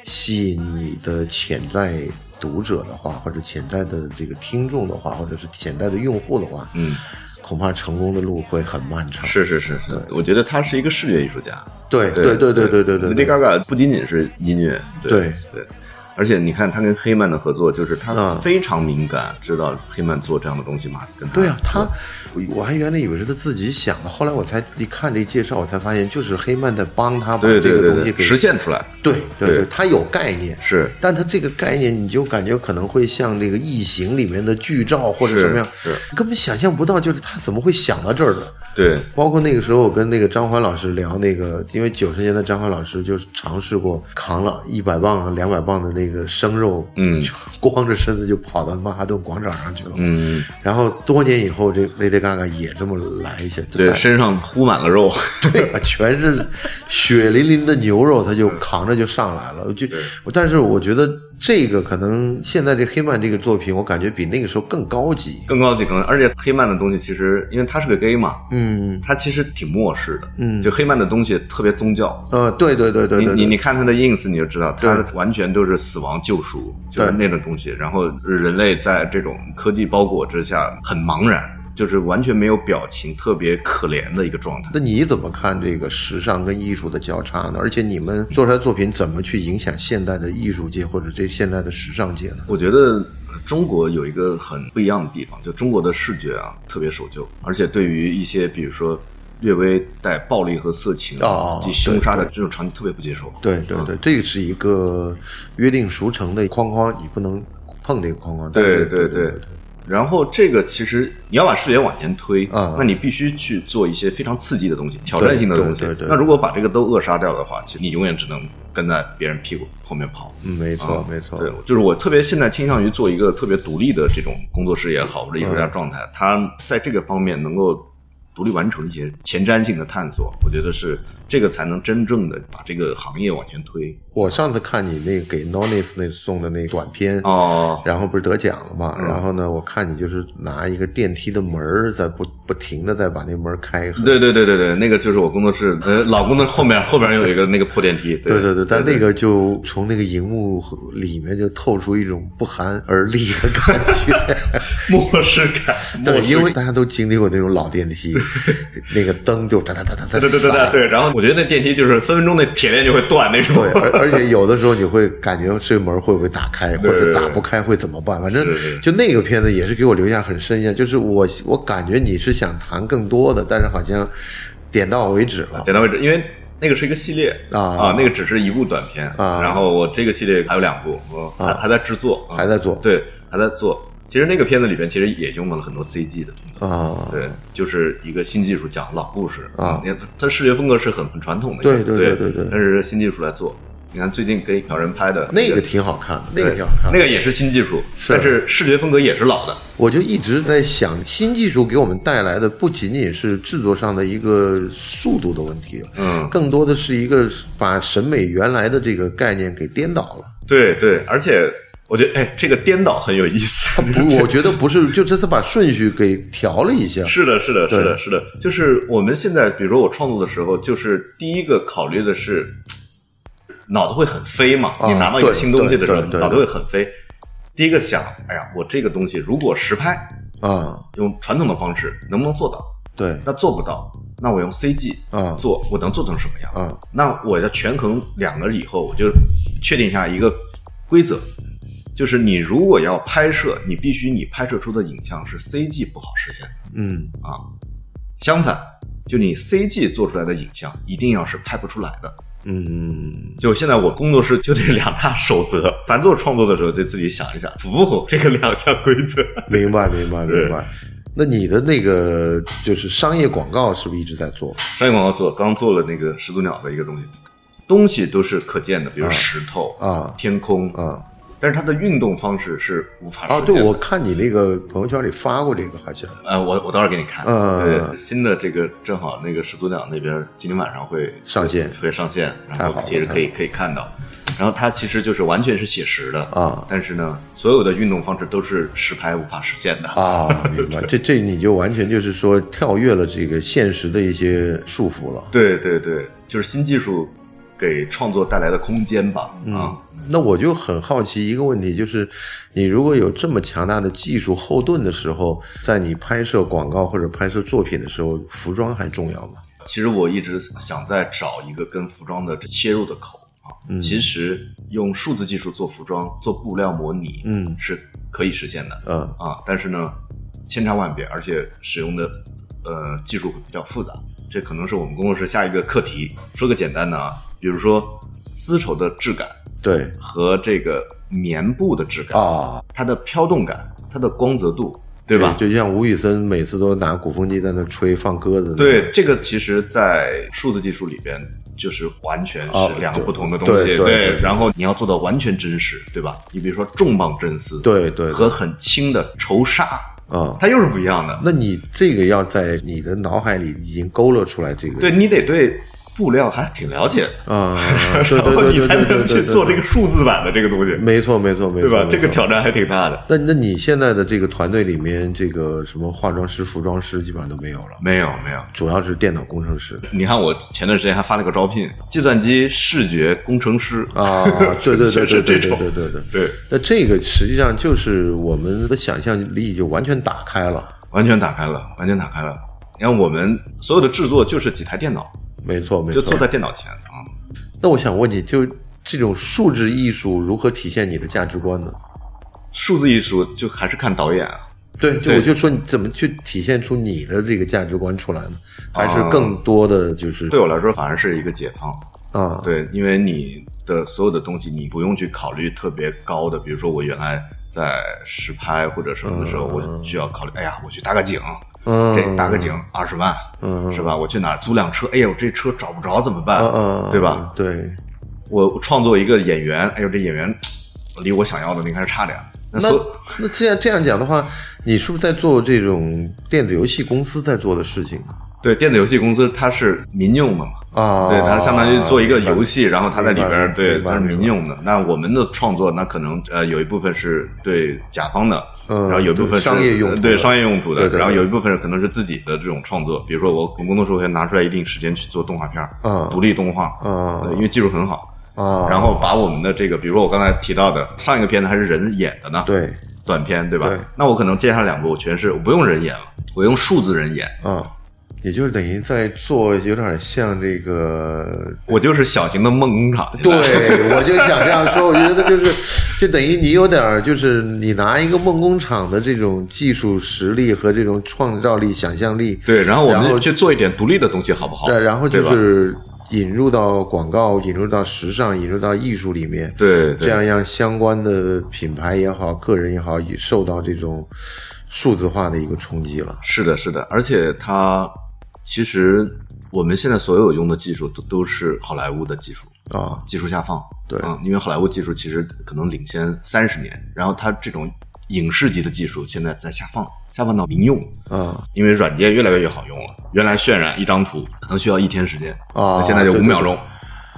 Speaker 2: 吸引你的潜在。读者的话，或者潜在的这个听众的话，或者是潜在的用户的话，嗯，恐怕成功的路会很漫长。
Speaker 1: 是是是是，我觉得他是一个视觉艺术家。
Speaker 2: 对对对对对对对
Speaker 1: Lady Gaga 不仅仅是音乐，
Speaker 2: 对
Speaker 1: 对，而且你看他跟黑曼的合作，就是他
Speaker 2: 嗯
Speaker 1: 非常敏感，知道黑曼做这样的东西嘛，跟他
Speaker 2: 对啊，他我我还原来以为是他自己想的，后来我才一看这介绍，我才发现就是黑曼在帮他把
Speaker 1: 对
Speaker 2: 这
Speaker 1: 对
Speaker 2: 个
Speaker 1: 对
Speaker 2: 东西
Speaker 1: 对
Speaker 2: 给
Speaker 1: 实。现出来
Speaker 2: 对对
Speaker 1: 对
Speaker 2: 对，他有概念，
Speaker 1: 是
Speaker 2: 但他这个概念，你就感觉可能会像这个《异形》里面的剧照或者
Speaker 1: 是
Speaker 2: 什么样，
Speaker 1: 是
Speaker 2: 根本想象不到，就是他怎么会想到这儿的。
Speaker 1: 对
Speaker 2: 包括那个时候，我跟那个张欢老师聊那个，因为九十年代张欢老师就是尝试过扛了一百磅、两百磅的那个生肉，
Speaker 1: 嗯
Speaker 2: 就光着身子就跑到曼哈顿广场上去了，
Speaker 1: 嗯。
Speaker 2: 然后多年以后，这 Lady Gaga 也这么来一下，就
Speaker 1: 对，
Speaker 2: 带 <laughs>
Speaker 1: 身上糊满了肉，
Speaker 2: 对啊，全是血淋淋的牛肉，他就扛着就上来了。我就，我但是我觉得这个可能现在这黑曼这个作品，我感觉比那个时候更高级。
Speaker 1: 更高级更高级。而且黑曼的东西其实，因为他是个 gay 嘛，
Speaker 2: 嗯，
Speaker 1: 他其实挺漠视的。嗯，就黑曼的东西特别宗教，
Speaker 2: 呃，对对对对
Speaker 1: 你
Speaker 2: 对，
Speaker 1: 你
Speaker 2: 对
Speaker 1: 你看他的 ins 你就知道，他
Speaker 2: 对
Speaker 1: 完全就是死亡救赎，就是
Speaker 2: 对
Speaker 1: 那种东西。然后人类在这种科技包裹之下很茫然，就是完全没有表情，特别可怜的一个状态。
Speaker 2: 那你怎么看这个时尚跟艺术的交叉呢？而且你们做出来的作品怎么去影响现代的艺术界或者这现代的时尚界呢？
Speaker 1: 我觉得呃中国有一个很不一样的地方，就中国的视觉啊特别守旧，而且对于一些比如说略微带暴力和色情
Speaker 2: 哦哦
Speaker 1: 及凶杀的这种场景特别不接受。
Speaker 2: 对对
Speaker 1: 嗯
Speaker 2: 对，这个是一个约定俗成的框框，你不能碰这个框框。但
Speaker 1: 对
Speaker 2: 是
Speaker 1: 对
Speaker 2: 对
Speaker 1: 对
Speaker 2: 对。
Speaker 1: 然后这个其实你要把视野往前推，
Speaker 2: 嗯
Speaker 1: 那你必须去做一些非常刺激的东西、挑战性的东西
Speaker 2: 对对。对
Speaker 1: 那如果把这个都扼杀掉的话，其实你永远只能跟在别人屁股后面跑。
Speaker 2: 嗯没错、
Speaker 1: 啊
Speaker 2: 没错。
Speaker 1: 对，就是我特别现在倾向于做一个特别独立的这种工作室也好，或者艺术家状
Speaker 2: 嗯
Speaker 1: 态，他在这个方面能够独立完成一些前瞻性的探索，我觉得是这个才能真正的把这个行业往前推。
Speaker 2: 我上次看你那个给 Nonis 那送的那短片，
Speaker 1: 哦，
Speaker 2: 然后不是得奖了嘛？
Speaker 1: 嗯
Speaker 2: 然后呢，我看你就是拿一个电梯的门儿在不不停的在把那门儿开合。
Speaker 1: 对对对对对，那个就是我工作室，呃，老工作室后面后边有一个那个破电梯，
Speaker 2: 对
Speaker 1: 对
Speaker 2: 对对，但那个就从那个荧幕里面就透出一种不寒而栗的感
Speaker 1: <laughs>
Speaker 2: 觉。
Speaker 1: 漠视感，
Speaker 2: 但
Speaker 1: 漠
Speaker 2: 是
Speaker 1: 视
Speaker 2: 因为大家都经历过那种老电
Speaker 1: <laughs>
Speaker 2: 梯，那个灯就哒哒哒哒哒
Speaker 1: 对对对对对对，然后我觉得那电梯就是分分钟那铁链就会断那种，
Speaker 2: 对，而而且有的时候你会感觉这门会不会打开，或
Speaker 1: 对
Speaker 2: 者打不开会怎么办？反正
Speaker 1: 是是
Speaker 2: 就那个片子也是给我留下很深印象，就是我我感觉你是想谈更多的，但是好像点到为止了。
Speaker 1: 点到为止，因为那个是一个系列
Speaker 2: 啊
Speaker 1: 那个只是一部短片
Speaker 2: 啊
Speaker 1: 然后我这个系列还有两部，我还、还在制作，啊
Speaker 2: 还在做
Speaker 1: 对，还在做。其实那个片子里边其实也用到了很多 CG 的东西。
Speaker 2: 啊，
Speaker 1: 对，就是一个新技术讲老故事
Speaker 2: 啊
Speaker 1: 你看它它视觉风格是很很传统的一个，
Speaker 2: 对对
Speaker 1: 对
Speaker 2: 对对对
Speaker 1: 但是新技术来做，你看最近跟朴人拍的
Speaker 2: 那个挺好看的，那个
Speaker 1: 对
Speaker 2: 挺好看
Speaker 1: 那
Speaker 2: 的。
Speaker 1: 个也是新技术，
Speaker 2: 是
Speaker 1: 但是视觉风格也是老的，
Speaker 2: 我就一直在想，新技术给我们带来的不仅仅是制作上的一个速度的问题，
Speaker 1: 嗯
Speaker 2: 更多的是一个把审美原来的这个概念给颠倒了。
Speaker 1: 对对，而且我觉得哎，这个颠倒很有意思，
Speaker 2: 不，我觉得不是，就这次把顺序给调了一下。
Speaker 1: <laughs> 是的，是的，是的，
Speaker 2: 对
Speaker 1: 是的，就是我们现在，比如说我创作的时候，就是第一个考虑的是，脑子会很飞嘛，
Speaker 2: 啊
Speaker 1: 你拿到一个
Speaker 2: 对
Speaker 1: 新东西的时候，
Speaker 2: 对对对
Speaker 1: 脑子会很飞。第一个想，哎呀，我这个东西如果实拍，
Speaker 2: 啊，
Speaker 1: 用传统的方式能不能做到？
Speaker 2: 对
Speaker 1: 那做不到，那我用 CG
Speaker 2: 啊
Speaker 1: 做，我能做成什么样？
Speaker 2: 啊，
Speaker 1: 那我要权衡两个以后，我就确定下一个规则，就是你如果要拍摄，你必须你拍摄出的影像是 CG 不好实现的
Speaker 2: 嗯，
Speaker 1: 啊。相反，就你 CG 做出来的影像一定要是拍不出来的。
Speaker 2: 嗯，
Speaker 1: 就现在我工作室就这两大守则，咱做创作的时候就自己想一想，符不符合这个两项规则？
Speaker 2: 明白，明白，
Speaker 1: 对
Speaker 2: 明白。那你的那个就是商业广告是不是一直在做？
Speaker 1: 商业广告做刚做了那个始祖鸟的一个东西，东西都是可见的，比如石头
Speaker 2: 啊
Speaker 1: 天空
Speaker 2: 啊
Speaker 1: 但是它的运动方式是无法
Speaker 2: 啊！
Speaker 1: 实现
Speaker 2: 对，
Speaker 1: 的。
Speaker 2: 我看你那个朋友圈里发过这个，好像
Speaker 1: 呃，我我到时候给你看。
Speaker 2: 嗯
Speaker 1: 对，新的这个正好那个始祖鸟那边今天晚上会
Speaker 2: 上线
Speaker 1: 会上线，然
Speaker 2: 太好
Speaker 1: 后
Speaker 2: 了
Speaker 1: 其实可以可以看到。然后它其实就是完全是写实的
Speaker 2: 啊
Speaker 1: 但是呢，所有的运动方式都是实拍无法实现 <laughs> 的。
Speaker 2: 啊，明白。这这你就完全就是说跳跃了这个现实的一些束缚了。
Speaker 1: 对对对，就是新技术给创作带来的空间吧。啊，嗯
Speaker 2: 那我就很好奇一个问题，就是你如果有这么强大的技术后盾的时候，在你拍摄广告或者拍摄作品的时候，服装还重要吗？
Speaker 1: 其实我一直想在找一个跟服装的切入的口啊。
Speaker 2: 嗯
Speaker 1: 其实用数字技术做服装、做布料模拟，
Speaker 2: 嗯
Speaker 1: 是可以实现的
Speaker 2: 嗯
Speaker 1: 啊。但是呢，千差万别，而且使用的呃技术会比较复杂，这可能是我们工作室下一个课题。说个简单的啊，比如说丝绸的质感
Speaker 2: 对
Speaker 1: 和这个棉布的质感，
Speaker 2: 啊，
Speaker 1: 它的飘动感、它的光泽度，对吧？
Speaker 2: 就像吴宇森每次都拿鼓风机在那吹放鸽子，
Speaker 1: 对，这个其实，在数字技术里边，就是完全
Speaker 2: 哦
Speaker 1: 是两个
Speaker 2: 对
Speaker 1: 不同的东
Speaker 2: 对
Speaker 1: 西。
Speaker 2: 对对
Speaker 1: 然后你要做到完全真实，对吧？你比如说重磅真丝，
Speaker 2: 对对
Speaker 1: 和很轻的绸纱，
Speaker 2: 啊。
Speaker 1: 它又是不一样的。
Speaker 2: 那你这个要在你的脑海里已经勾勒出来这个
Speaker 1: 对你得对布料还挺了解的，
Speaker 2: 啊，对
Speaker 1: <laughs> 然
Speaker 2: 对
Speaker 1: 后
Speaker 2: 对
Speaker 1: 你
Speaker 2: 对
Speaker 1: 才
Speaker 2: 对对
Speaker 1: 能去
Speaker 2: 对，
Speaker 1: 做这个数字版的这个东 <laughs> 西，
Speaker 2: 没错没错没错，
Speaker 1: 对吧？
Speaker 2: 没
Speaker 1: 这个
Speaker 2: 错
Speaker 1: 挑战还挺大的。
Speaker 2: 那那你现在的这个团队里面，这个什么化妆师、服装师基本上都没有了，
Speaker 1: 没有没有，
Speaker 2: 主要是电脑工
Speaker 1: <laughs>
Speaker 2: 程师
Speaker 1: 你看我前段时间还发了个招聘，计算机视觉工程师
Speaker 2: 啊，
Speaker 1: <laughs>
Speaker 2: 对对对
Speaker 1: 全
Speaker 2: 对
Speaker 1: 是
Speaker 2: 对
Speaker 1: 这
Speaker 2: 对
Speaker 1: 种
Speaker 2: 对对对。
Speaker 1: 对，
Speaker 2: 那这个实际上就是我们的想象力就完全打开了，
Speaker 1: 完全打开了，完全打开了。你看，我们所有的制作就是几台电脑，
Speaker 2: 没错没
Speaker 1: 就
Speaker 2: 错。
Speaker 1: 坐在电脑前啊、
Speaker 2: 那我想问你，就这种数字艺术如何体现你的价值观呢？
Speaker 1: 数字艺术就还是看导演啊，
Speaker 2: 对，就
Speaker 1: 对
Speaker 2: 我就说你怎么去体现出你的这个价值观出来呢？还是更多的就是
Speaker 1: 啊对我来说反而是一个解放。
Speaker 2: 啊，
Speaker 1: 对，因为你的所有的东西，你不用去考虑特别高的，比如说我原来在实拍或者什么的时候，我需要考虑，哎呀，我去搭个景，
Speaker 2: 嗯
Speaker 1: 这搭个景二十万，是吧？我去哪儿租辆车？哎呀，我这车找不着怎么办？
Speaker 2: 嗯嗯，
Speaker 1: 对吧？？
Speaker 2: 对，
Speaker 1: 我创作一个演员，哎呦，这演员离我想要的那个还是差点儿。那
Speaker 2: 那
Speaker 1: 所
Speaker 2: 那这样这样讲的话，你是不是在做这种电子游戏公司在做的事情呢？
Speaker 1: 对，电子游戏公司它是民用的嘛，
Speaker 2: 啊，
Speaker 1: 对，它相当于做一个游戏，然后它在里边
Speaker 2: 明白
Speaker 1: 儿，对，
Speaker 2: 明白
Speaker 1: 它是民
Speaker 2: 明白
Speaker 1: 用的。那我们的创作，那可能呃有一部分是对甲方的，
Speaker 2: 嗯
Speaker 1: 然后有一部分
Speaker 2: 对
Speaker 1: 是
Speaker 2: 商业用途的
Speaker 1: 对商业用途的，
Speaker 2: 对对对
Speaker 1: 然后有一部分可能是自己的这种创作，比如说我我工作室会拿出来一定时间去做动画片儿，
Speaker 2: 嗯
Speaker 1: 独立动画，呃
Speaker 2: 嗯
Speaker 1: 对因为技术很好。
Speaker 2: 啊，
Speaker 1: 然后把我们的这个，比如说我刚才提到的上一个片子还是人演的呢，
Speaker 2: 对
Speaker 1: 短片对吧？
Speaker 2: 对
Speaker 1: 那我可能接下来两部我全是我不用人演了，我用数字人演，
Speaker 2: 啊，也就是等于在做有点像
Speaker 1: <laughs>
Speaker 2: 这个。
Speaker 1: 我就是小型的梦工厂。
Speaker 2: 对，我就想这样说，我觉得就是，就等于你有点儿，就是你拿一个梦工厂的这种技术实力和这种创造力、想象力，
Speaker 1: 对，然后我
Speaker 2: 然后
Speaker 1: 们去做一点独立的东西，好不好？
Speaker 2: 对，然后
Speaker 1: 对
Speaker 2: 就
Speaker 1: 吧
Speaker 2: 是引入到广告、引入到时尚、引入到艺术里面，
Speaker 1: 对对
Speaker 2: 这样让相关的品牌也好、个人也好，也受到这种数字化的一个冲击了。
Speaker 1: 是的，是的，而且它其实我们现在所有用的技术都都是好莱坞的技术，
Speaker 2: 啊，
Speaker 1: 技术下放。
Speaker 2: 对
Speaker 1: 嗯，因为好莱坞技术其实可能领先三十年，然后它这种影视级的技术现在在下放，下放到民用。
Speaker 2: 啊，
Speaker 1: 因为软件越来越好用了，原来渲染一张图可能需要一天时间，
Speaker 2: 啊
Speaker 1: 那现在就
Speaker 2: 对
Speaker 1: 五
Speaker 2: 对
Speaker 1: 秒钟，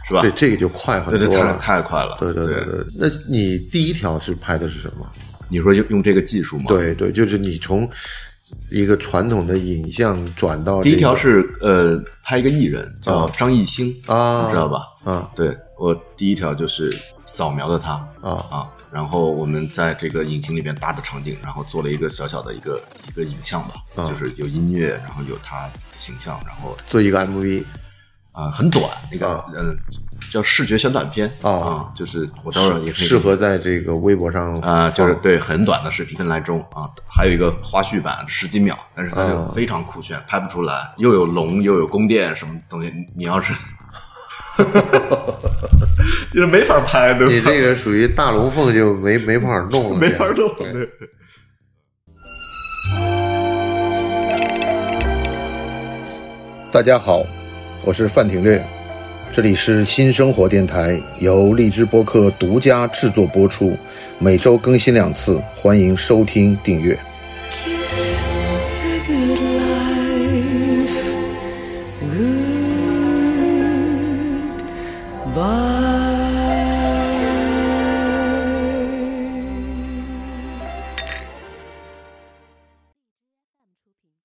Speaker 1: 是吧？
Speaker 2: 对，这个就快很
Speaker 1: 对对，
Speaker 2: 多
Speaker 1: 太
Speaker 2: 了。
Speaker 1: 太快了。
Speaker 2: 对对对对，那你第一条是拍的是什么？
Speaker 1: 你说用用这个技术吗？
Speaker 2: 对对，就是你从一个传统的影像转到
Speaker 1: 第一
Speaker 2: 这
Speaker 1: 条
Speaker 2: 个
Speaker 1: 是呃，拍一个艺人叫张艺兴，
Speaker 2: 啊
Speaker 1: 你知道吧？
Speaker 2: 啊
Speaker 1: 对我第一条就是扫描的他
Speaker 2: 啊
Speaker 1: 啊，然后我们在这个引擎里面搭的场景，然后做了一个小小的一个一个影像吧，
Speaker 2: 啊
Speaker 1: 就是有音乐，然后有他的形象，然后
Speaker 2: 做一个 MV
Speaker 1: 啊、很短，那个
Speaker 2: 啊
Speaker 1: 嗯、叫视觉宣短片
Speaker 2: 啊
Speaker 1: 就是我待会儿也可以
Speaker 2: 适合在这个微博上
Speaker 1: 啊、就是
Speaker 2: 放
Speaker 1: 对很短的视频，一分来钟啊，还有一个花絮版十几秒，但是它就
Speaker 2: 啊
Speaker 1: 非常酷炫，拍不出来，又有龙又有宫殿什么东西，你你要
Speaker 2: <laughs>
Speaker 1: 是，就是没法拍，对
Speaker 2: 你
Speaker 1: 吧？
Speaker 2: 这个属于大龙凤就没没法弄
Speaker 1: <laughs>
Speaker 2: 了，
Speaker 1: 没法
Speaker 2: 这
Speaker 1: 弄
Speaker 2: 样。对
Speaker 1: 对
Speaker 2: 大家好，我是范廷略，这里是新生活电台，由荔枝播客独家制作播出，每周更新两次，欢迎收听订阅。
Speaker 4: kiss a good life. Goodbye.